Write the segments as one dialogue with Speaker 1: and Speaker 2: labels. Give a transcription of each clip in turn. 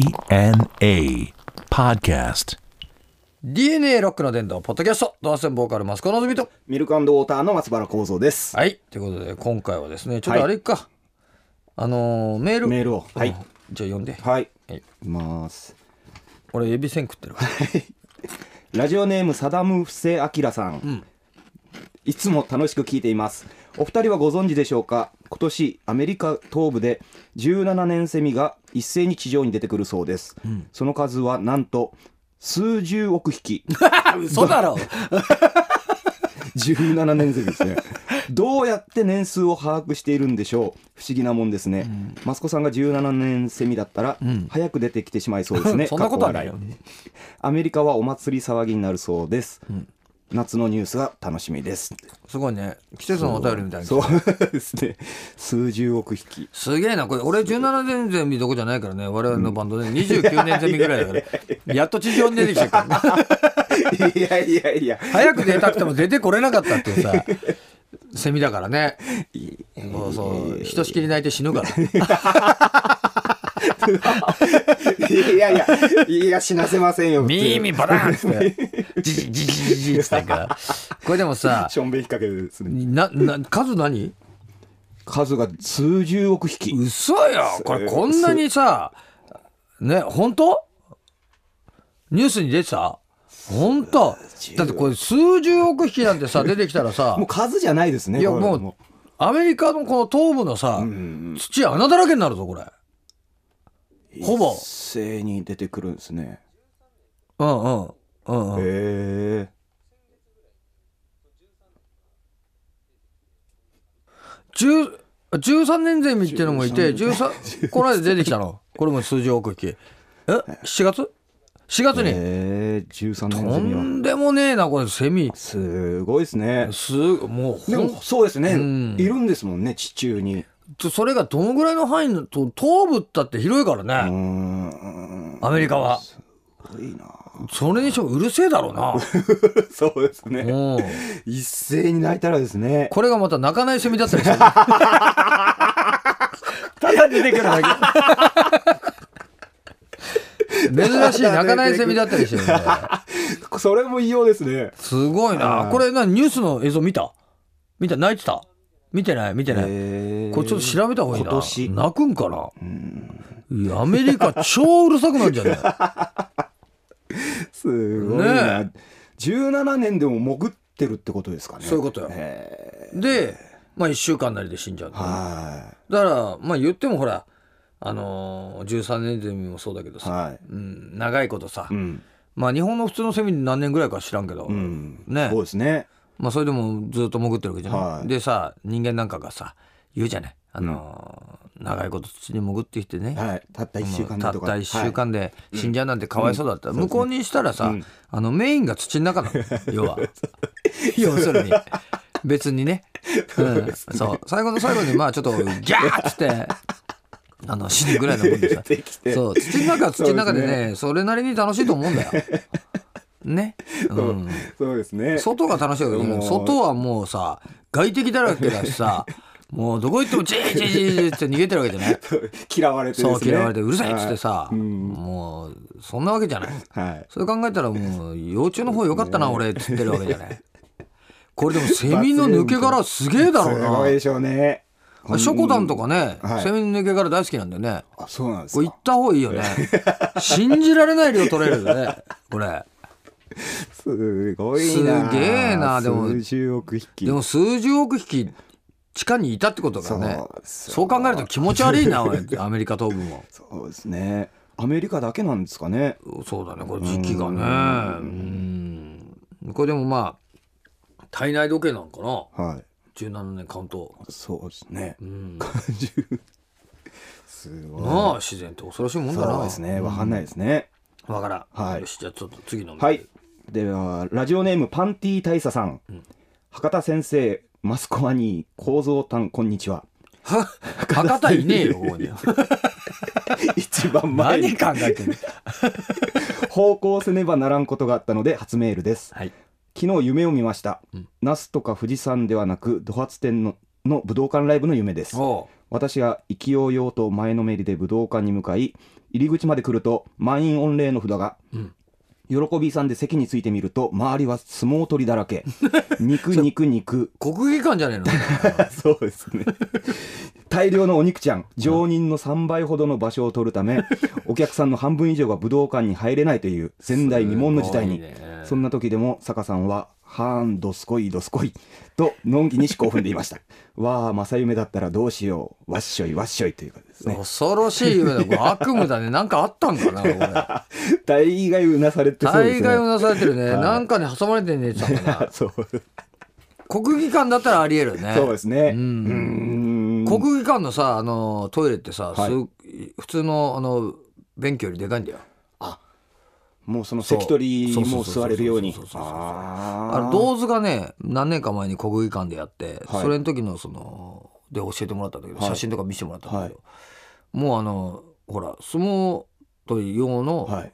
Speaker 1: DNA Podcast.
Speaker 2: DNA ロックの伝道ポッドキャストドアセンボーカルマスコのぞみと
Speaker 3: ミルクウォーターの松原幸三です。
Speaker 2: はいということで今回はですねちょっとあれか、あのーメール
Speaker 3: メールを。はい。
Speaker 2: じゃあ読んで、
Speaker 3: はい。
Speaker 2: はい
Speaker 3: いきます。
Speaker 2: 俺エビせん食ってるわ
Speaker 3: ラジオネームサダム・フセ・アキラさん,、いつも楽しく聞いていますお二人はご存知でしょうか今年アメリカ東部で17年セミが一斉に地上に出てくるそうです、その数はなんと数十億匹
Speaker 2: 嘘だろ
Speaker 3: 17年セミ ですねどうやって年数を把握しているんでしょう不思議なもんですね、マスコさんが17年セミだったら、早く出てきてしまいそうです ね
Speaker 2: そんなことはないよ
Speaker 3: かっこ笑アメリカはお祭り騒ぎになるそうです、夏のニュースが楽しみです
Speaker 2: すごいね季節のお便りみたいな
Speaker 3: そうですね数十億匹
Speaker 2: すげえなこれ俺17年ゼミどこじゃないからね我々のバンドで29年ゼミぐらいだから やっと地上に出てきたから
Speaker 3: いやいやいや
Speaker 2: 早く出たくても出てこれなかったっていうさセミだからね
Speaker 3: い
Speaker 2: そうそうひとしきり泣いて死ぬから
Speaker 3: いやいやいや死なせませんよ
Speaker 2: ミーミ
Speaker 3: ー
Speaker 2: ーバランっつってジジジジジジっつってからこれでもさ
Speaker 3: しょんべん引っ掛けですね
Speaker 2: なな数何
Speaker 3: 数が数十億匹
Speaker 2: 嘘よこれこんなにさね本当ニュースに出てた本当だってこれ数十億匹なんてさ出てきたらさ
Speaker 3: もう数じゃないですね
Speaker 2: いや
Speaker 3: これ
Speaker 2: もうアメリカのこの東部のさ土穴だらけになるぞこれほぼ
Speaker 3: 一斉に出てくるんですね
Speaker 2: うんうんうんうん
Speaker 3: へえ
Speaker 2: 10 13年ゼミっていうのもいて13この間出てきた のこれも数十億匹え7月 ?4 月に
Speaker 3: ええ13年
Speaker 2: と
Speaker 3: 済みは
Speaker 2: んでもねえなこれセミ
Speaker 3: すごいですね
Speaker 2: すもう
Speaker 3: で
Speaker 2: ほ
Speaker 3: も
Speaker 2: ん
Speaker 3: そうですね、
Speaker 2: うん
Speaker 3: いるんですもんね地中に
Speaker 2: とそれがどのぐらいの範囲のと東部ったって広いから
Speaker 3: うー
Speaker 2: ね、
Speaker 3: ん
Speaker 2: アメリカは
Speaker 3: いいな
Speaker 2: それにしてもうるせえだろうな
Speaker 3: そうですね
Speaker 2: うん
Speaker 3: 一斉に泣いたらですね
Speaker 2: これがまた泣かないセミだったりす るただ出てくる だけ珍しい泣かないセミだったりしてるんだよ
Speaker 3: それも異様ですね
Speaker 2: すごいな。これな、ニュースの映像見た見た泣いてた見てない見てない。
Speaker 3: え
Speaker 2: これちょっと調べた方がいいな。
Speaker 3: 今年
Speaker 2: 泣くんかな、いやアメリカ超うるさくなるんじゃない
Speaker 3: すごいな、
Speaker 2: ね
Speaker 3: 17年でも潜ってるってことですかね
Speaker 2: そういうことよ
Speaker 3: へ
Speaker 2: で、まあ1週間なりで死んじゃう。
Speaker 3: ーは
Speaker 2: だから、まあ言ってもほら、あのー、13年ゼミもそうだけど
Speaker 3: い
Speaker 2: さ、
Speaker 3: は
Speaker 2: うん、長いことさ、
Speaker 3: いうん、
Speaker 2: まあ日本の普通のセミ何年ぐらいか知らんけど、
Speaker 3: うん、
Speaker 2: ね
Speaker 3: そうですね
Speaker 2: まあそれでもずっと潜ってるわけじゃない、
Speaker 3: はい
Speaker 2: でさ人間なんかがさ言うじゃない、あのー長いこと土に潜ってきてね、
Speaker 3: はいたった1週間で
Speaker 2: たっ
Speaker 3: とか
Speaker 2: た1週間で死んじゃうなんてかわいそうだった、向こうにしたらさ、
Speaker 3: うん
Speaker 2: あのメインが土の 中なの要は要するに別にね、うん、そう最後の最後にまあちょっとギャーっつってあの死ぬぐらいのもん でさ
Speaker 3: 出てきて
Speaker 2: そう土の中は土の中で
Speaker 3: そう
Speaker 2: ねそれなりに楽しいと思うんだよ。ね、うん、
Speaker 3: はいそうですね
Speaker 2: 外が楽しいけどもう
Speaker 3: もう
Speaker 2: 外はもうさ外敵だらけだしさもうどこ行ってもジージージージーって逃げてるわけじゃない
Speaker 3: 嫌われてです
Speaker 2: そう
Speaker 3: ね
Speaker 2: 嫌われてうるさいっつってさ、
Speaker 3: はいうん
Speaker 2: もうそんなわけじゃない
Speaker 3: はい
Speaker 2: それ考えたらもう幼虫の方よかったな俺っつってるわけじゃないこれでもセミの抜け殻すげえだろ
Speaker 3: すごいうでしょうね
Speaker 2: なショコタンとかね、
Speaker 3: はい
Speaker 2: セミの抜け殻大好きなんだよね
Speaker 3: あそうなんです
Speaker 2: こ
Speaker 3: か
Speaker 2: れ行った方がいいよね信じられない量取れるよねこれ
Speaker 3: すごいな
Speaker 2: すげえなでも
Speaker 3: 数十億匹
Speaker 2: でも数十億匹地下にいたってことだね
Speaker 3: そう
Speaker 2: そ
Speaker 3: そうう
Speaker 2: 考えると気持ち悪いなおいアメリカ東部も
Speaker 3: そうですねアメリカだけなんですかね
Speaker 2: そうだねこれ時期がねうんこれでもまあ体内時計なんかな
Speaker 3: はい
Speaker 2: 17年カウント
Speaker 3: そうですね
Speaker 2: うん
Speaker 3: すごい
Speaker 2: なあ自然って恐ろしいもんだな
Speaker 3: そうですねわかんないですね
Speaker 2: わからん、
Speaker 3: はい
Speaker 2: よしじゃあちょっと次の
Speaker 3: はいではラジオネームパンティ大佐さん博多先生マスコアニー構造んこんにち は
Speaker 2: は博多いねえよここに
Speaker 3: 一番 前
Speaker 2: 何
Speaker 3: に
Speaker 2: 考えてんの
Speaker 3: 方向せねばならんことがあったので初メールです
Speaker 2: はい
Speaker 3: 昨日夢を見ました、那須とか富士山ではなくドハツ店のの武道館ライブの夢です
Speaker 2: おう
Speaker 3: 私が生きようようと前のめりで武道館に向かい入り口まで来ると満員御礼の札が、喜びさんで席についてみると周りは相撲取りだ らけ肉肉肉
Speaker 2: 国技館じゃねえの
Speaker 3: そうですね大量のお肉ちゃん常人の3倍ほどの場所を取るためお客さんの半分以上が武道館に入れないという前代未聞の事態に、
Speaker 2: すごいね
Speaker 3: そんな時でも坂さんは「はーんどすこいどすこい」とのんきにしこを踏んでいましたわあ正夢だったらどうしようわっしょいわっしょいということですね
Speaker 2: 恐ろしい夢だこれ悪夢 だねなんかあったんかなこれ
Speaker 3: 大概うなされてそうで
Speaker 2: 大
Speaker 3: すね
Speaker 2: 概うなされてるね、
Speaker 3: はい
Speaker 2: なんかね挟まれてねえちゃんか
Speaker 3: そう
Speaker 2: な国技館だったらありえるね
Speaker 3: そうですね
Speaker 2: う
Speaker 3: うんーん
Speaker 2: 国技館のさあのトイレってさ、
Speaker 3: はい
Speaker 2: す普通のあの便器よりでかいんだよ
Speaker 3: もうその
Speaker 2: そう
Speaker 3: 関取にも
Speaker 2: そう
Speaker 3: う
Speaker 2: そうそうそう
Speaker 3: 座れるように
Speaker 2: そうそうそうそう
Speaker 3: あ
Speaker 2: あ
Speaker 3: ー
Speaker 2: れ銅図がね何年か前に国技館でやって、
Speaker 3: はい
Speaker 2: それの時のそので教えてもらったんだけど、
Speaker 3: はい
Speaker 2: 写真とか見せてもらったんだけど、もうあのほら相撲取り用の、
Speaker 3: は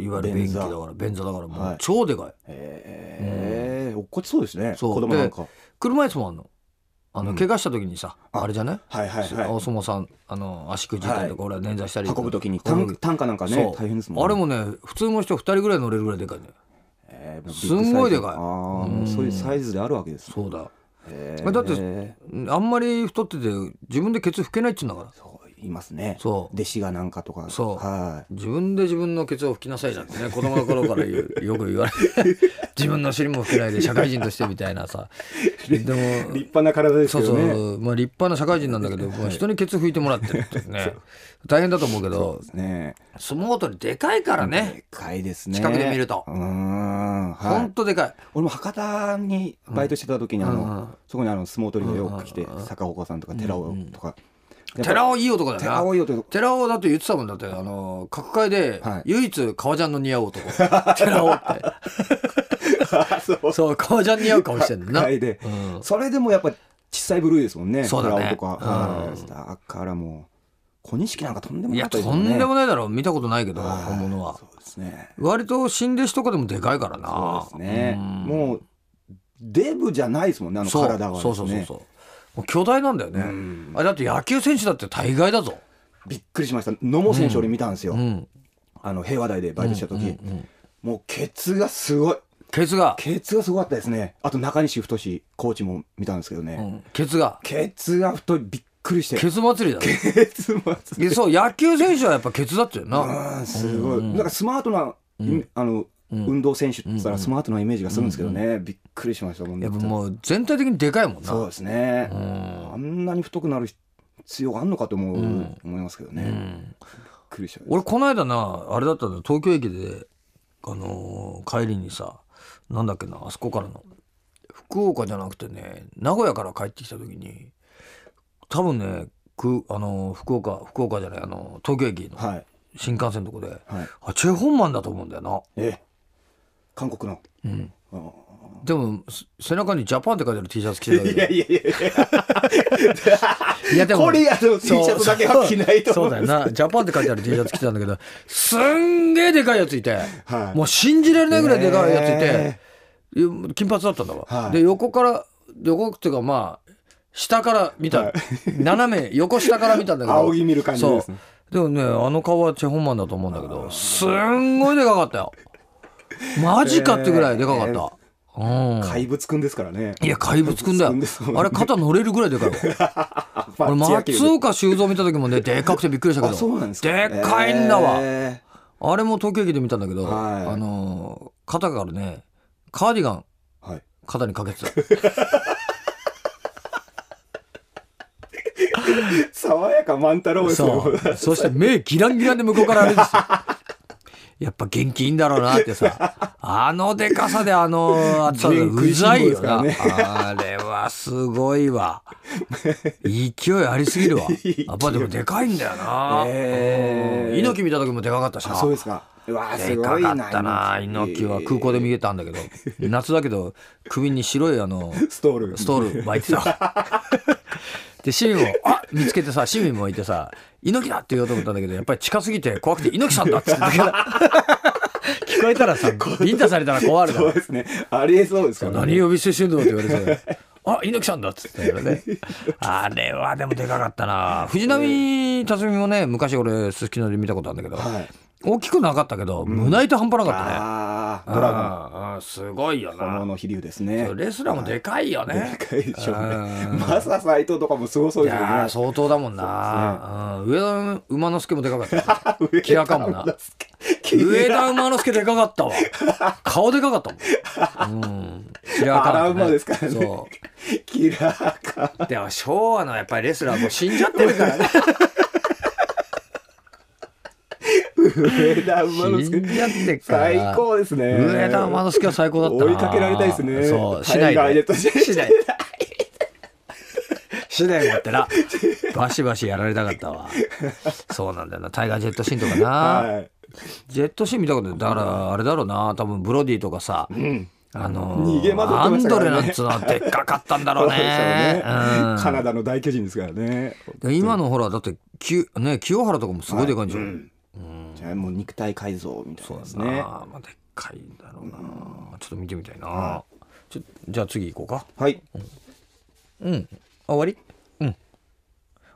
Speaker 3: い
Speaker 2: い、わゆる便器だから便座だからもう超でかい、
Speaker 3: ええ落っこちそうですね
Speaker 2: そう
Speaker 3: 子供なんか
Speaker 2: 車椅子もあんのあの、
Speaker 3: うん
Speaker 2: 怪我した時にさあれじゃない
Speaker 3: はいはいは
Speaker 2: お相撲さんあの足くじったりとか、俺は捻挫したり
Speaker 3: い運ぶ
Speaker 2: と
Speaker 3: と
Speaker 2: き
Speaker 3: きに単単価なんかね
Speaker 2: そう
Speaker 3: 大変ですもんね
Speaker 2: あれもね普通の人2人ぐらい乗れるぐらいでかいね
Speaker 3: えー
Speaker 2: すんごいでかい
Speaker 3: あー
Speaker 2: うん
Speaker 3: そういうサイズであるわけですね。
Speaker 2: そうだ
Speaker 3: え
Speaker 2: まあだって
Speaker 3: て
Speaker 2: あんまり太ってて自分でケツ拭けないっつうんだから
Speaker 3: そういますね。
Speaker 2: そう
Speaker 3: 弟子がなんかとか。
Speaker 2: そう
Speaker 3: はい。
Speaker 2: 自分で自分のケツを拭きなさいなんてね子供の頃から言う よく言われて自分の尻も拭けないで社会人としてみたいなさでも
Speaker 3: 立派な体です
Speaker 2: そう
Speaker 3: け
Speaker 2: そ
Speaker 3: ど
Speaker 2: う、
Speaker 3: ね。
Speaker 2: まあ、立派な社会人なんだけど、まあ、人にケツ拭いてもらってるっていうね大変だと思うけど
Speaker 3: ね。
Speaker 2: 相撲取りでかいからね
Speaker 3: でかいですね。
Speaker 2: 近くで見ると
Speaker 3: うーん。
Speaker 2: ほ
Speaker 3: は
Speaker 2: ん
Speaker 3: い。
Speaker 2: とでかい
Speaker 3: 俺も博多にバイトしてた時にあ
Speaker 2: うんうん
Speaker 3: のそこにあの相撲取りがよく来て
Speaker 2: うんうん
Speaker 3: 坂岡さんとか寺尾とか。
Speaker 2: 寺尾いい男だよ
Speaker 3: 寺
Speaker 2: な
Speaker 3: 尾よと
Speaker 2: 寺尾だって言ってたもんだってあの各界で
Speaker 3: はい
Speaker 2: 唯一革ジャンの似合う男、 寺尾って
Speaker 3: そう
Speaker 2: そう革ジャン似合う顔してんだな、
Speaker 3: 高いで
Speaker 2: うん
Speaker 3: それでもやっぱ小さい部類ですもんね。
Speaker 2: そうだね
Speaker 3: 寺尾とか。
Speaker 2: う
Speaker 3: は
Speaker 2: ん
Speaker 3: いだからもう小錦なんかとんでも
Speaker 2: いや
Speaker 3: なかったです
Speaker 2: と
Speaker 3: もんね。
Speaker 2: んでもないだろう見たことないけど
Speaker 3: はい
Speaker 2: 本物は
Speaker 3: そうですね。
Speaker 2: 割と新弟子とかでもでかいから
Speaker 3: そ
Speaker 2: な
Speaker 3: うですね。
Speaker 2: ん
Speaker 3: もうデブじゃないですもんね。あの
Speaker 2: そう
Speaker 3: 体はです
Speaker 2: そ
Speaker 3: ね。
Speaker 2: うそうそうそうもう巨大なんだよね、
Speaker 3: ん
Speaker 2: あれだって野球選手だって大概だぞ
Speaker 3: びっくりしました。野茂選手俺見たんですよ。
Speaker 2: うん
Speaker 3: あの平和台でバイトした時、
Speaker 2: うんうん
Speaker 3: もうケツがすごい。
Speaker 2: ケツが、
Speaker 3: ケツがすごかったですね。あと中西太志コーチも見たんですけどね。
Speaker 2: うんケツが
Speaker 3: ケツが太いびっくりして。
Speaker 2: ケツ祭りだね
Speaker 3: ケツも熱い
Speaker 2: いやそう野球選手はやっぱケツだってよな
Speaker 3: うんすごい。なんかスマートな、あの、運動選手って言ったらスマートなイメージがするんですけどね、びっくりしましたもん
Speaker 2: やっぱもう全体的にでかいもんな
Speaker 3: そうですね、
Speaker 2: ん
Speaker 3: あんなに太くなる必要があるのかと思う、思いますけどね、びっくりしちゃう
Speaker 2: 俺この間なあれだったんだ東京駅で、あのー帰りにさなんだっけなあそこからの福岡じゃなくてね名古屋から帰ってきた時に多分ねく、あのー福岡福岡じゃない、あのー東京駅の
Speaker 3: はい
Speaker 2: 新幹線のとこで、
Speaker 3: はい
Speaker 2: あチェ・ホンマンだと思うんだよな
Speaker 3: ええ韓国の、
Speaker 2: でもす背中に「ジャパン」って書いてある T シャツ着てたけど
Speaker 3: いやいや
Speaker 2: いやでも
Speaker 3: コリアの T シャツだけは着ないと思うん
Speaker 2: そ
Speaker 3: で
Speaker 2: う
Speaker 3: す
Speaker 2: だよなジャパンって書いてある T シャツ着てたんだけどすんげえでかいやついて、
Speaker 3: はい
Speaker 2: もう信じられないぐらいでかいやついて
Speaker 3: ね、
Speaker 2: いや金髪だったんだわ、
Speaker 3: はい
Speaker 2: で横から横っていうかまあ下から見た、
Speaker 3: はい
Speaker 2: 斜め横下から見たんだけど
Speaker 3: 仰ぎ見る感じですね
Speaker 2: そうでもねあの顔はチェ・ホンマンだと思うんだけどすんごいでかかったよマジかってぐらいでかかった、うん
Speaker 3: 怪物くんですからね
Speaker 2: いや怪物くんだよ
Speaker 3: 怪物くんですもんね
Speaker 2: あれ肩乗れるぐらいでか いわ
Speaker 3: あ
Speaker 2: 俺
Speaker 3: パッチ野球
Speaker 2: 松岡修造見た時もねでかくてびっくりしたけ
Speaker 3: あ
Speaker 2: ど
Speaker 3: そうなんですか
Speaker 2: でっかいんだわ、
Speaker 3: え
Speaker 2: あれも東京駅で見たんだけど、
Speaker 3: はい
Speaker 2: あのー肩からねカーディガン
Speaker 3: ーはい
Speaker 2: 肩にかけてた
Speaker 3: 爽やか万太郎ですよ
Speaker 2: そうそして目ギランギランで向こうからあれです よやっぱ元気いいんだろうなってさあのでかさであの厚さで
Speaker 3: 全食
Speaker 2: う
Speaker 3: いしん
Speaker 2: ざ
Speaker 3: 坊
Speaker 2: い
Speaker 3: で
Speaker 2: よ
Speaker 3: すか
Speaker 2: な、
Speaker 3: らね
Speaker 2: あれはすごいわ勢いありすぎる わやっぱでもでかいんだよな、
Speaker 3: えー
Speaker 2: うん猪木見た時もでかかったしな
Speaker 3: あ そうですかうわーす
Speaker 2: で
Speaker 3: ご
Speaker 2: か
Speaker 3: い
Speaker 2: か
Speaker 3: な
Speaker 2: ったな猪木は空港で見えたんだけど夏だけど首に白いあの
Speaker 3: ストール
Speaker 2: ストール巻いてた で市民もあ見つけてさ市民もいてさ猪木だって言おうと思ったんだけどやっぱり近すぎて怖くて猪木さんだって言 ったから聞こえたらさビンタされたら困るか
Speaker 3: そう
Speaker 2: ら
Speaker 3: ですねありえそうですからね
Speaker 2: 何呼び捨てしてんのって言われてあ猪木さんだっつってたからねあれはでもでかかったな藤波辰巳もね昔俺すすきので見たことあるんだけど、
Speaker 3: はい
Speaker 2: 大きくなかったけど胸板半端なかったね、
Speaker 3: ああドラ
Speaker 2: ゴンすごいよ
Speaker 3: ゴン
Speaker 2: な
Speaker 3: 炎の飛竜ですね
Speaker 2: レスラーもでかいよね
Speaker 3: でかいでしょうね
Speaker 2: うん
Speaker 3: マサ斎藤とかもすごそう
Speaker 2: い
Speaker 3: ですよ
Speaker 2: やー
Speaker 3: ね
Speaker 2: 相当だもんな、うん、上田馬之助もでかか ったよキラかもな上田馬之助でかかった わ顔でかかったもん、うん、キラ
Speaker 3: あら
Speaker 2: かも、
Speaker 3: 馬ですからね
Speaker 2: そ
Speaker 3: キラーか
Speaker 2: うでも昭和のやっぱりレスラーもう死んじゃってるからね
Speaker 3: 上田馬之
Speaker 2: 死ん
Speaker 3: 助
Speaker 2: じゃってっから
Speaker 3: 最高ですね
Speaker 2: 上田馬之助は最高だったな
Speaker 3: 追いかけられたいですね
Speaker 2: そう市
Speaker 3: タ
Speaker 2: 内
Speaker 3: イガージ
Speaker 2: で
Speaker 3: ェット
Speaker 2: 市内市内持ってなバシバシやられたかったわそうなんだよなタイガージェットシーンとかな、
Speaker 3: はい
Speaker 2: ジェットシーン見たことないだからあれだろうな多分ブロディとかさ、あのー
Speaker 3: 逃げ惑って
Speaker 2: ア
Speaker 3: ま
Speaker 2: ン
Speaker 3: した
Speaker 2: ド
Speaker 3: から
Speaker 2: レ
Speaker 3: ね
Speaker 2: なんつうのはでっかかったんだろ
Speaker 3: そううでしょう
Speaker 2: ね
Speaker 3: ね。
Speaker 2: うん
Speaker 3: カナダの大巨人ですからね
Speaker 2: で今のほらだってきね清原とかもすごいでかいんじゃん、
Speaker 3: じゃあもう肉体改造みたいなですね
Speaker 2: あーまあでっかいんだろうな、ちょっと見てみたいな、ちょじゃあ次行こうか
Speaker 3: はい
Speaker 2: うん。あ終わりうん。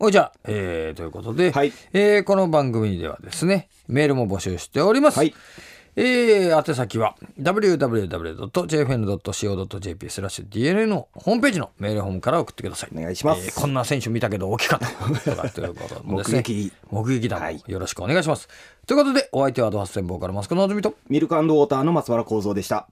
Speaker 2: おいじゃあ、えーということで、
Speaker 3: はい
Speaker 2: えーこの番組ではですね、メールも募集しております。
Speaker 3: はい
Speaker 2: えー宛先は www.jfn.co.jp スラッシュ DNA のホームページのメールホームから送ってください。
Speaker 3: お願いします
Speaker 2: えーこんな選手見たけど大きかったとかということもですね
Speaker 3: 目撃
Speaker 2: 目撃談もよろしくお願いします。ということでお相手はドハッセンボーカルマスクのあずみと
Speaker 3: ミルクウォーターの松原幸三でした